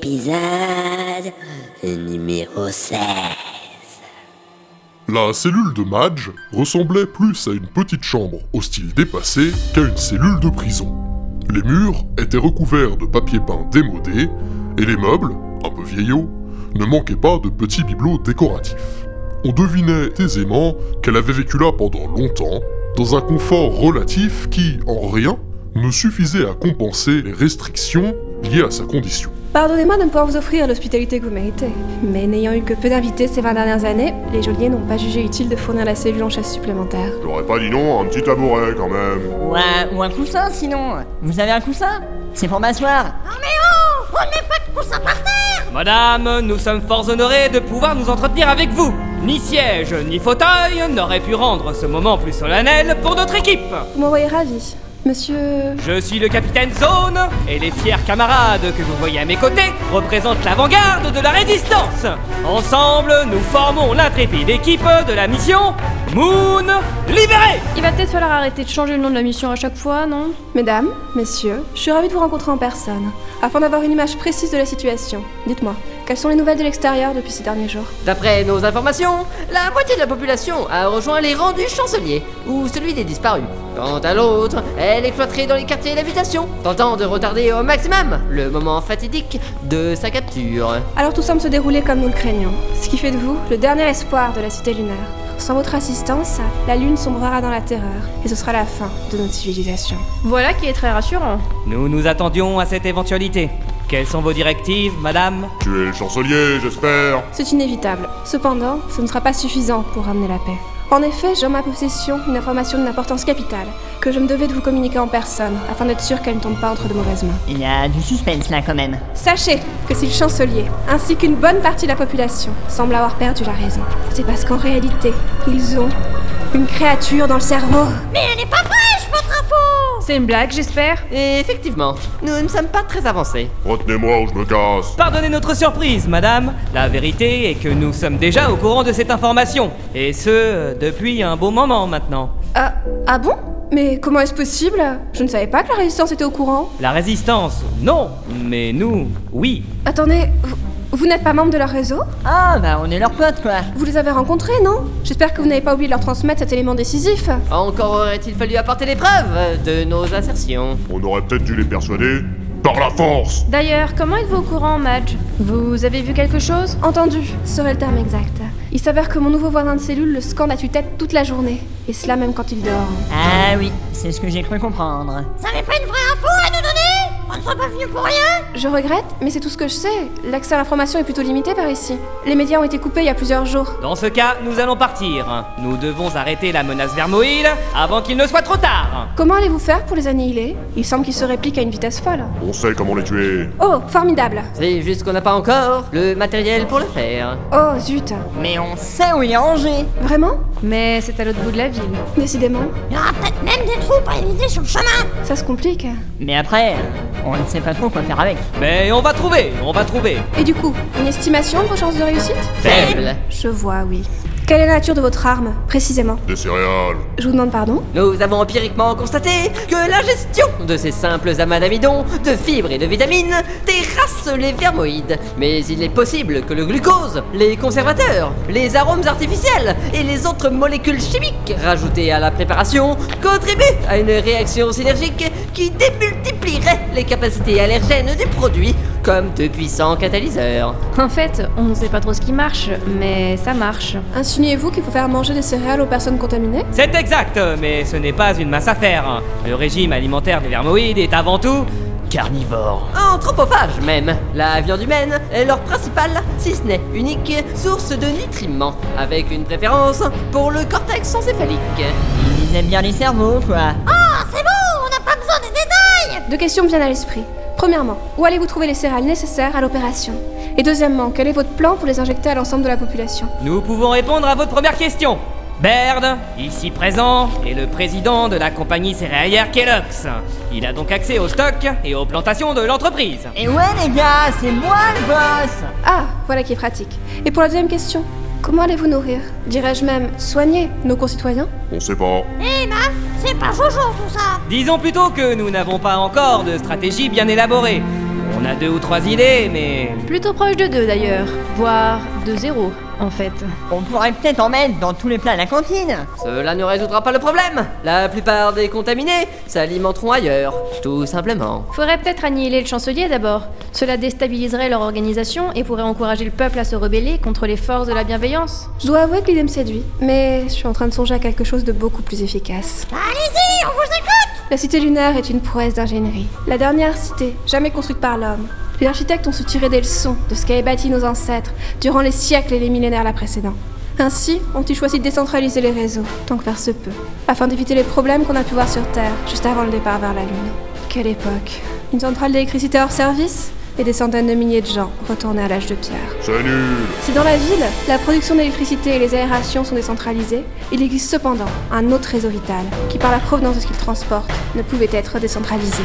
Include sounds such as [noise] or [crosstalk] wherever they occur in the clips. Épisode numéro 16. La cellule de Madge ressemblait plus à une petite chambre au style dépassé qu'à une cellule de prison. Les murs étaient recouverts de papier peint démodé et les meubles, un peu vieillots, ne manquaient pas de petits bibelots décoratifs. On devinait aisément qu'elle avait vécu là pendant longtemps, dans un confort relatif qui, en rien, ne suffisait à compenser les restrictions liées à sa condition. Pardonnez-moi de ne pouvoir vous offrir l'hospitalité que vous méritez, mais n'ayant eu que peu d'invités ces 20 dernières années, les geôliers n'ont pas jugé utile de fournir la cellule en chasse supplémentaire. J'aurais pas dit non, un petit tabouret quand même. Ou un, ou un coussin sinon Vous avez un coussin C'est pour m'asseoir Madame, nous sommes fort honorés de pouvoir nous entretenir avec vous. Ni siège, ni fauteuil n'auraient pu rendre ce moment plus solennel pour notre équipe. Vous m'envoyez ravi. Monsieur. Je suis le capitaine Zone et les fiers camarades que vous voyez à mes côtés représentent l'avant-garde de la résistance. Ensemble, nous formons l'intrépide équipe de la mission Moon Libérée. Il va peut-être falloir arrêter de changer le nom de la mission à chaque fois, non Mesdames, messieurs, je suis ravie de vous rencontrer en personne, afin d'avoir une image précise de la situation. Dites-moi, quelles sont les nouvelles de l'extérieur depuis ces derniers jours D'après nos informations, la moitié de la population a rejoint les rangs du chancelier, ou celui des disparus. Quant à l'autre, elle est cloîtrée dans les quartiers d'habitation, tentant de retarder au maximum le moment fatidique de sa capture. Alors tout semble se dérouler comme nous le craignons, ce qui fait de vous le dernier espoir de la cité lunaire. Sans votre assistance, la Lune sombrera dans la terreur, et ce sera la fin de notre civilisation. Voilà qui est très rassurant. Nous nous attendions à cette éventualité. Quelles sont vos directives, madame Tu es le chancelier, j'espère. C'est inévitable. Cependant, ce ne sera pas suffisant pour ramener la paix. En effet, j'ai en ma possession une information d'une importance capitale, que je me devais de vous communiquer en personne, afin d'être sûr qu'elle ne tombe pas entre de mauvaises mains. Il y a du suspense là quand même. Sachez que si le chancelier, ainsi qu'une bonne partie de la population, semble avoir perdu la raison, c'est parce qu'en réalité, ils ont une créature dans le cerveau. C'est une blague, j'espère Et effectivement, nous ne sommes pas très avancés. Retenez-moi ou je me casse. Pardonnez notre surprise, madame. La vérité est que nous sommes déjà au courant de cette information. Et ce, euh, depuis un beau moment maintenant. Ah, ah bon Mais comment est-ce possible Je ne savais pas que la résistance était au courant. La résistance, non. Mais nous, oui. Attendez, vous, vous n'êtes pas membre de leur réseau Ah bah on est leurs potes quoi. Vous les avez rencontrés, non J'espère que vous n'avez pas oublié de leur transmettre cet élément décisif. Encore aurait-il fallu apporter les preuves de nos assertions. On aurait peut-être dû les persuader par la force. D'ailleurs, comment êtes-vous au courant, Madge Vous avez vu quelque chose Entendu, serait le terme exact. Il s'avère que mon nouveau voisin de cellule le scande à tue-tête toute la journée, et cela même quand il dort. Ah oui, c'est ce que j'ai cru comprendre. Je regrette, mais c'est tout ce que je sais. L'accès à l'information est plutôt limité par ici. Les médias ont été coupés il y a plusieurs jours. Dans ce cas, nous allons partir. Nous devons arrêter la menace vermoïde avant qu'il ne soit trop tard. Comment allez-vous faire pour les annihiler Il semble qu'ils se répliquent à une vitesse folle. On sait comment les tuer. Oh, formidable C'est juste qu'on n'a pas encore le matériel pour le faire. Oh, zut Mais on sait où il est rangé. Vraiment Mais c'est à l'autre bout de la ville. Décidément, Il y aura peut-être même des trous à éviter sur le chemin. ça se complique. Mais après, on ne sait pas trop quoi faire avec. Mais on va trouver, on va trouver. Et du coup, une estimation de vos chances de réussite Faible. Je vois, oui. Quelle est la nature de votre arme, précisément Des céréales. Je vous demande pardon Nous avons empiriquement constaté que l'ingestion de ces simples amas d'amidon, de fibres et de vitamines terrasse les vermoïdes. Mais il est possible que le glucose, les conservateurs, les arômes artificiels et les autres molécules chimiques rajoutées à la préparation contribuent à une réaction synergique qui démultiplierait les capacités allergènes du produit comme de puissants catalyseurs. En fait, on ne sait pas trop ce qui marche, mais ça marche. Insinuez-vous qu'il faut faire manger des céréales aux personnes contaminées C'est exact, mais ce n'est pas une masse à faire. Le régime alimentaire des vermoïdes est avant tout carnivore. Anthropophages même. La viande humaine est leur principale, si ce n'est unique, source de nutriments, avec une préférence pour le cortex encéphalique. Ils aiment bien les cerveaux quoi. Deux questions me viennent à l'esprit. Premièrement, où allez-vous trouver les céréales nécessaires à l'opération Et deuxièmement, quel est votre plan pour les injecter à l'ensemble de la population Nous pouvons répondre à votre première question. Baird, ici présent, est le président de la compagnie céréalière Kellogg's. Il a donc accès aux stocks et aux plantations de l'entreprise. Et ouais les gars, c'est moi le boss Ah, voilà qui est pratique. Et pour la deuxième question, comment allez-vous nourrir Dirais-je même soigner nos concitoyens On sait pas. C'est pas Jojo tout ça. Disons plutôt que nous n'avons pas encore de stratégie bien élaborée. On a deux ou trois idées, mais Plutôt proche de 2 d'ailleurs, voire de 0 en fait. On pourrait peut-être en mettre dans tous les plats à la cantine. Cela ne résoudra pas le problème. La plupart des contaminés s'alimenteront ailleurs, tout simplement. Faudrait peut-être annihiler le chancelier d'abord. Cela déstabiliserait leur organisation et pourrait encourager le peuple à se rebeller contre les forces de la bienveillance. Je dois avouer que l'idée me séduit, mais je suis en train de songer à quelque chose de beaucoup plus efficace. Allez-y, on vous écoute La cité lunaire est une prouesse d'ingénierie. La dernière cité, jamais construite par l'homme. Les architectes ont su tirer des leçons de ce qu'avaient bâti nos ancêtres durant les siècles et les millénaires la précédant. Ainsi, ont-ils choisi de décentraliser les réseaux, tant que faire se peut, afin d'éviter les problèmes qu'on a pu voir sur Terre, juste avant le départ vers la Lune. Quelle époque Une centrale d'électricité hors service et des centaines de milliers de gens retournés à l'âge de pierre. C'est nul Si dans la ville, la production d'électricité et les aérations sont décentralisées, il existe cependant un autre réseau vital qui, par la provenance de ce qu'il transporte, ne pouvait être décentralisé.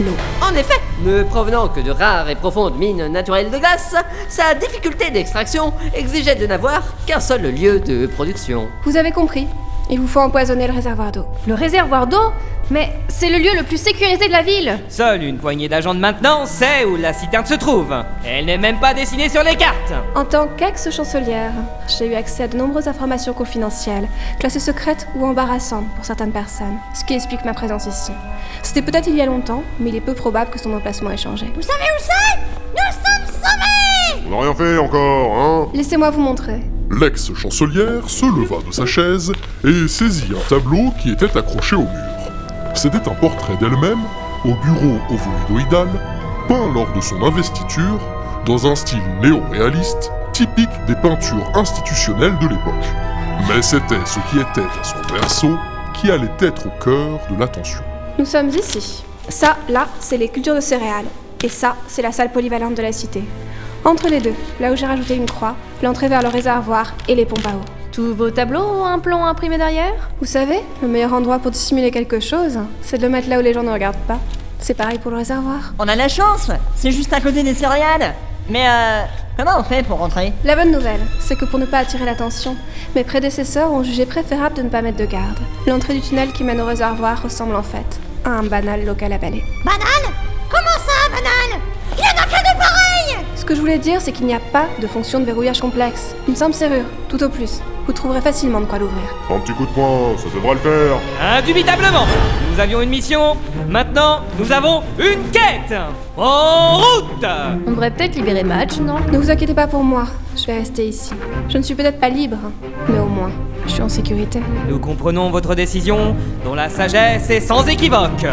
L'eau. En effet, ne provenant que de rares et profondes mines naturelles de glace, sa difficulté d'extraction exigeait de n'avoir qu'un seul lieu de production. Vous avez compris Il vous faut empoisonner le réservoir d'eau. Le réservoir d'eau Mais c'est le lieu le plus sécurisé de la ville seule une poignée d'agents de maintenance sait où la citerne se trouve. Elle n'est même pas dessinée sur les cartes. En tant qu'ex-chancelière, j'ai eu accès à de nombreuses informations confidentielles, classées secrètes ou embarrassantes pour certaines personnes, ce qui explique ma présence ici. C'était peut-être il y a longtemps, mais il est peu probable que son emplacement ait changé. Vous savez où c'est Nous sommes sauvés On n'a rien fait encore, hein Laissez-moi vous montrer. L'ex-chancelière se leva de sa chaise et saisit un tableau qui était accroché au mur. C'était un portrait d'elle-même, au bureau ovoïdoïdal, peint lors de son investiture, dans un style néo-réaliste, typique des peintures institutionnelles de l'époque. Mais c'était ce qui était à son verso qui allait être au cœur de l'attention. Nous sommes ici. Ça, là, c'est les cultures de céréales. Et ça, c'est la salle polyvalente de la cité. Entre les deux, là où j'ai rajouté une croix, l'entrée vers le réservoir et les pompes à eau. Tous vos tableaux ont un plan imprimé derrière Vous savez, le meilleur endroit pour dissimuler quelque chose, c'est de le mettre là où les gens ne regardent pas. C'est pareil pour le réservoir. On a de la chance, c'est juste à côté des céréales. Mais euh, comment on fait pour rentrer La bonne nouvelle, c'est que pour ne pas attirer l'attention, mes prédécesseurs ont jugé préférable de ne pas mettre de garde. L'entrée du tunnel qui mène au réservoir ressemble en fait à un banal local à balai. Banane Comment ça, banane Il y en a plein de pareil Ce que je voulais dire, c'est qu'il n'y a pas de fonction de verrouillage complexe. Une simple serrure, tout au plus. Vous trouverez facilement de quoi l'ouvrir. Un petit coup de poing, ça devrait le faire Indubitablement, nous avions une mission. Maintenant, nous avons une quête. En route On devrait peut-être libérer Madge, non Ne vous inquiétez pas pour moi, je vais rester ici. Je ne suis peut-être pas libre, mais au moins, je suis en sécurité. Nous comprenons votre décision, dont la sagesse est sans équivoque.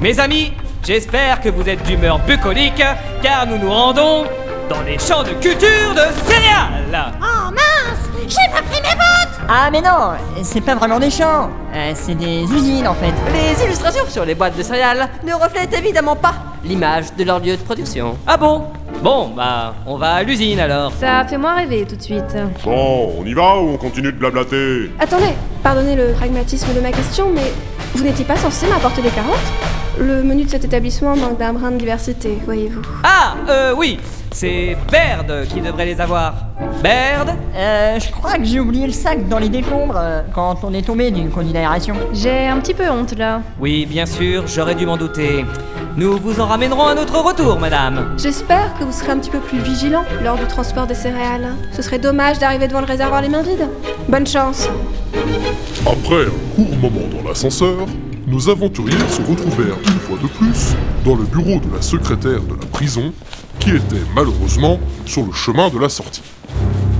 Mes amis, j'espère que vous êtes d'humeur bucolique, car nous nous rendons dans les champs de culture de céréales. Oh mince J'ai pas pris mes bottes Ah mais non, c'est pas vraiment des champs, Euh, c'est des usines en fait. Les illustrations sur les boîtes de céréales ne reflètent évidemment pas l'image de leur lieu de production. Ah bon Bon, bah, on va à l'usine alors. Ça fait moins rêver tout de suite. Bon, on y va ou on continue de blablater Attendez, pardonnez le pragmatisme de ma question, mais vous n'étiez pas censé m'apporter des carottes Le menu de cet établissement manque d'un brin de diversité, voyez-vous. Ah, euh, oui, c'est Baird qui devrait les avoir. Baird Euh, je crois que j'ai oublié le sac dans les décombres euh, quand on est tombé du conduit d'aération. J'ai un petit peu honte là. Oui, bien sûr, j'aurais dû m'en douter. Nous vous en ramènerons à notre retour, madame. J'espère que vous serez un petit peu plus vigilant lors du transport des céréales. Ce serait dommage d'arriver devant le réservoir les mains vides. Bonne chance Après un court moment dans l'ascenseur, nos aventuriers se retrouvèrent une fois de plus dans le bureau de la secrétaire de la prison, qui était malheureusement sur le chemin de la sortie.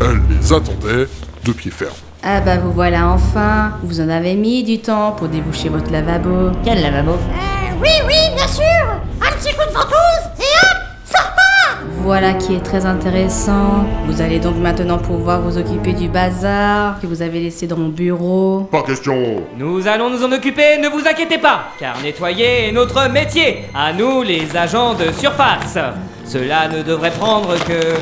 Elle les attendait de pied ferme. Ah bah vous voilà enfin Vous en avez mis du temps pour déboucher votre lavabo. Quel lavabo Euh, oui, oui, bien sûr Un petit coup de ventouse et hop Ça repart Voilà qui est très intéressant. Vous allez donc maintenant pouvoir vous occuper du bazar que vous avez laissé dans mon bureau. Pas question Nous allons nous en occuper, ne vous inquiétez pas, car nettoyer est notre métier, à nous les agents de surface. Cela ne devrait prendre que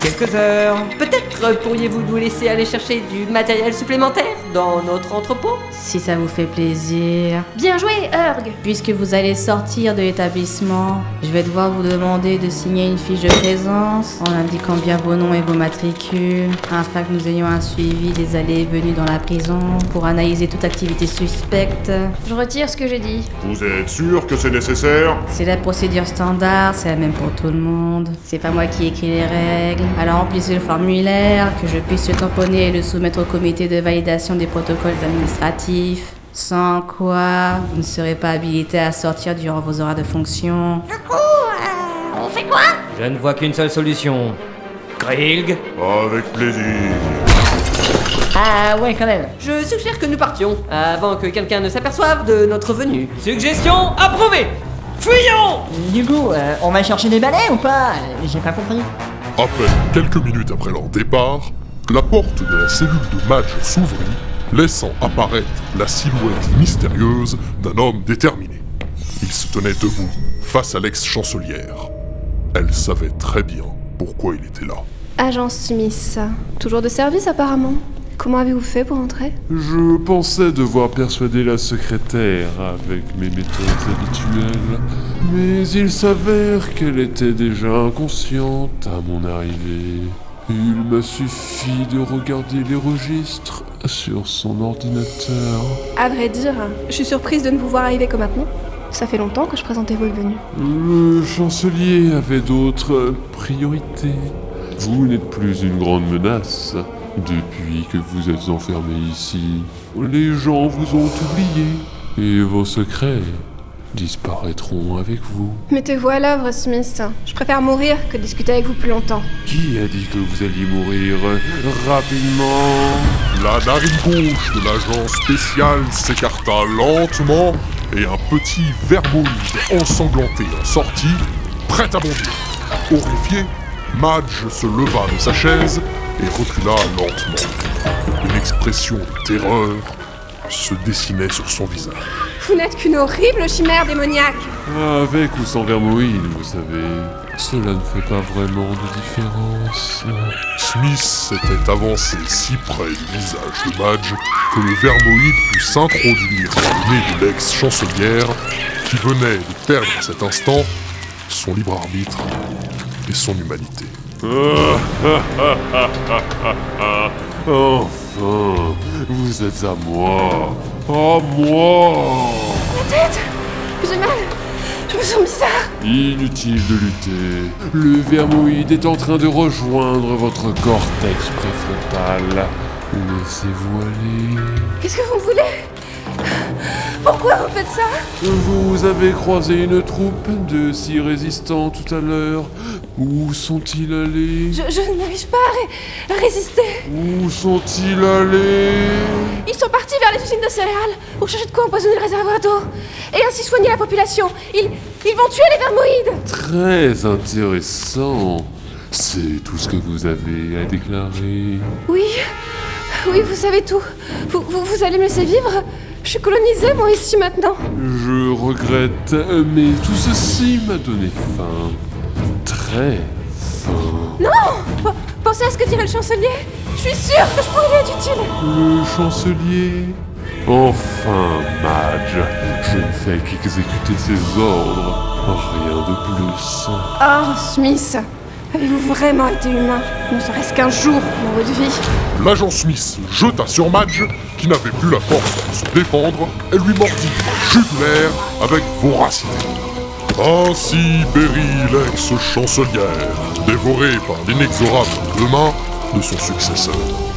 quelques heures. Peut-être pourriez-vous nous laisser aller chercher du matériel supplémentaire dans notre entrepôt Si ça vous fait plaisir. Bien joué, Urg Puisque vous allez sortir de l'établissement, je vais devoir vous demander de signer une fiche de présence en indiquant bien vos noms et vos matricules, afin que nous ayons un suivi des allées et venues dans la prison pour analyser toute activité suspecte. Je retire ce que j'ai dit. Vous êtes sûr que c'est nécessaire C'est la procédure standard, c'est la même pour tout le monde. C'est pas moi qui écris les règles. Alors remplissez le formulaire, que je puisse le tamponner et le soumettre au comité de validation des protocoles administratifs. Sans quoi, vous ne serez pas habilité à sortir durant vos horaires de fonction. On fait quoi Je ne vois qu'une seule solution. Krilg Avec plaisir. Ah ouais, quand même. Je suggère que nous partions avant que quelqu'un ne s'aperçoive de notre venue. Suggestion approuvée Fuyons Du coup, euh, on va chercher des balais ou pas Euh, J'ai pas compris. À peine quelques minutes après leur départ, la porte de la cellule de match s'ouvrit, laissant apparaître la silhouette mystérieuse d'un homme déterminé. Il se tenait debout face à l'ex-chancelière. Elle savait très bien pourquoi il était là. Agent Smith. Toujours de service apparemment. Comment avez-vous fait pour entrer Je pensais devoir persuader la secrétaire avec mes méthodes habituelles, mais il s'avère qu'elle était déjà inconsciente à mon arrivée. Il m'a suffi de regarder les registres sur son ordinateur. À vrai dire, je suis surprise de ne vous voir arriver que maintenant. Ça fait longtemps que je présentais vos venus. Le chancelier avait d'autres euh, priorités. Vous n'êtes plus une grande menace depuis que vous êtes enfermé ici. Les gens vous ont oublié et vos secrets disparaîtront avec vous. Mettez-vous à l'œuvre, Smith. Je préfère mourir que discuter avec vous plus longtemps. Qui a dit que vous alliez mourir euh, rapidement La narine gauche de l'agent spécial s'écarta lentement et un petit verboïde ensanglanté en sortit, prêt à bondir. Horrifié, Madge se leva de sa chaise et recula lentement. Une expression de terreur se dessinait sur son visage. Vous n'êtes qu'une horrible chimère démoniaque. Avec ou sans vermoïne, vous savez. Cela ne fait pas vraiment de différence. Smith s'était avancé si près du visage de Madge que le vermoïde put s'introduire dans le nez de l'ex-chancelière qui venait de perdre à cet instant son libre arbitre et son humanité. [laughs] Enfin, vous êtes à moi. À moi J'ai mal. Je me sens bizarre. Inutile de lutter. Le vermoïde est en train de rejoindre votre cortex préfrontal. Laissez-vous aller. Qu'est-ce que vous voulez Pourquoi vous faites ça Vous avez croisé une troupe de six résistants tout à l'heure. Où sont-ils allés Je, je n'arrive pas à, ré- à résister. Où sont-ils allés Ils sont partis vers les usines de céréales pour chercher de quoi empoisonner le réservoir d'eau et ainsi soigner la population. Ils, ils vont tuer les vermoïdes. Très intéressant. C'est tout ce que vous avez à déclarer. Oui, oui, vous savez tout. Vous, vous, vous allez me laisser vivre Je suis colonisée, moi, ici maintenant. Je regrette, mais tout ceci m'a donné faim. Très faim. P- Pensez à ce que dirait le chancelier. Je suis sûre que je pourrais lui être utile. Le chancelier Enfin, Madge, je ne fais qu'exécuter ses ordres. Rien de plus. Oh, Smith, avez-vous vraiment été humain Ne serait-ce qu'un jour dans votre vie L'agent Smith jeta sur Madge, qui n'avait plus la force de se défendre, et lui mordit le jus de l'air avec voracité. Ainsi périt l'ex-chancelière, dévorée par l'inexorable demain de son successeur.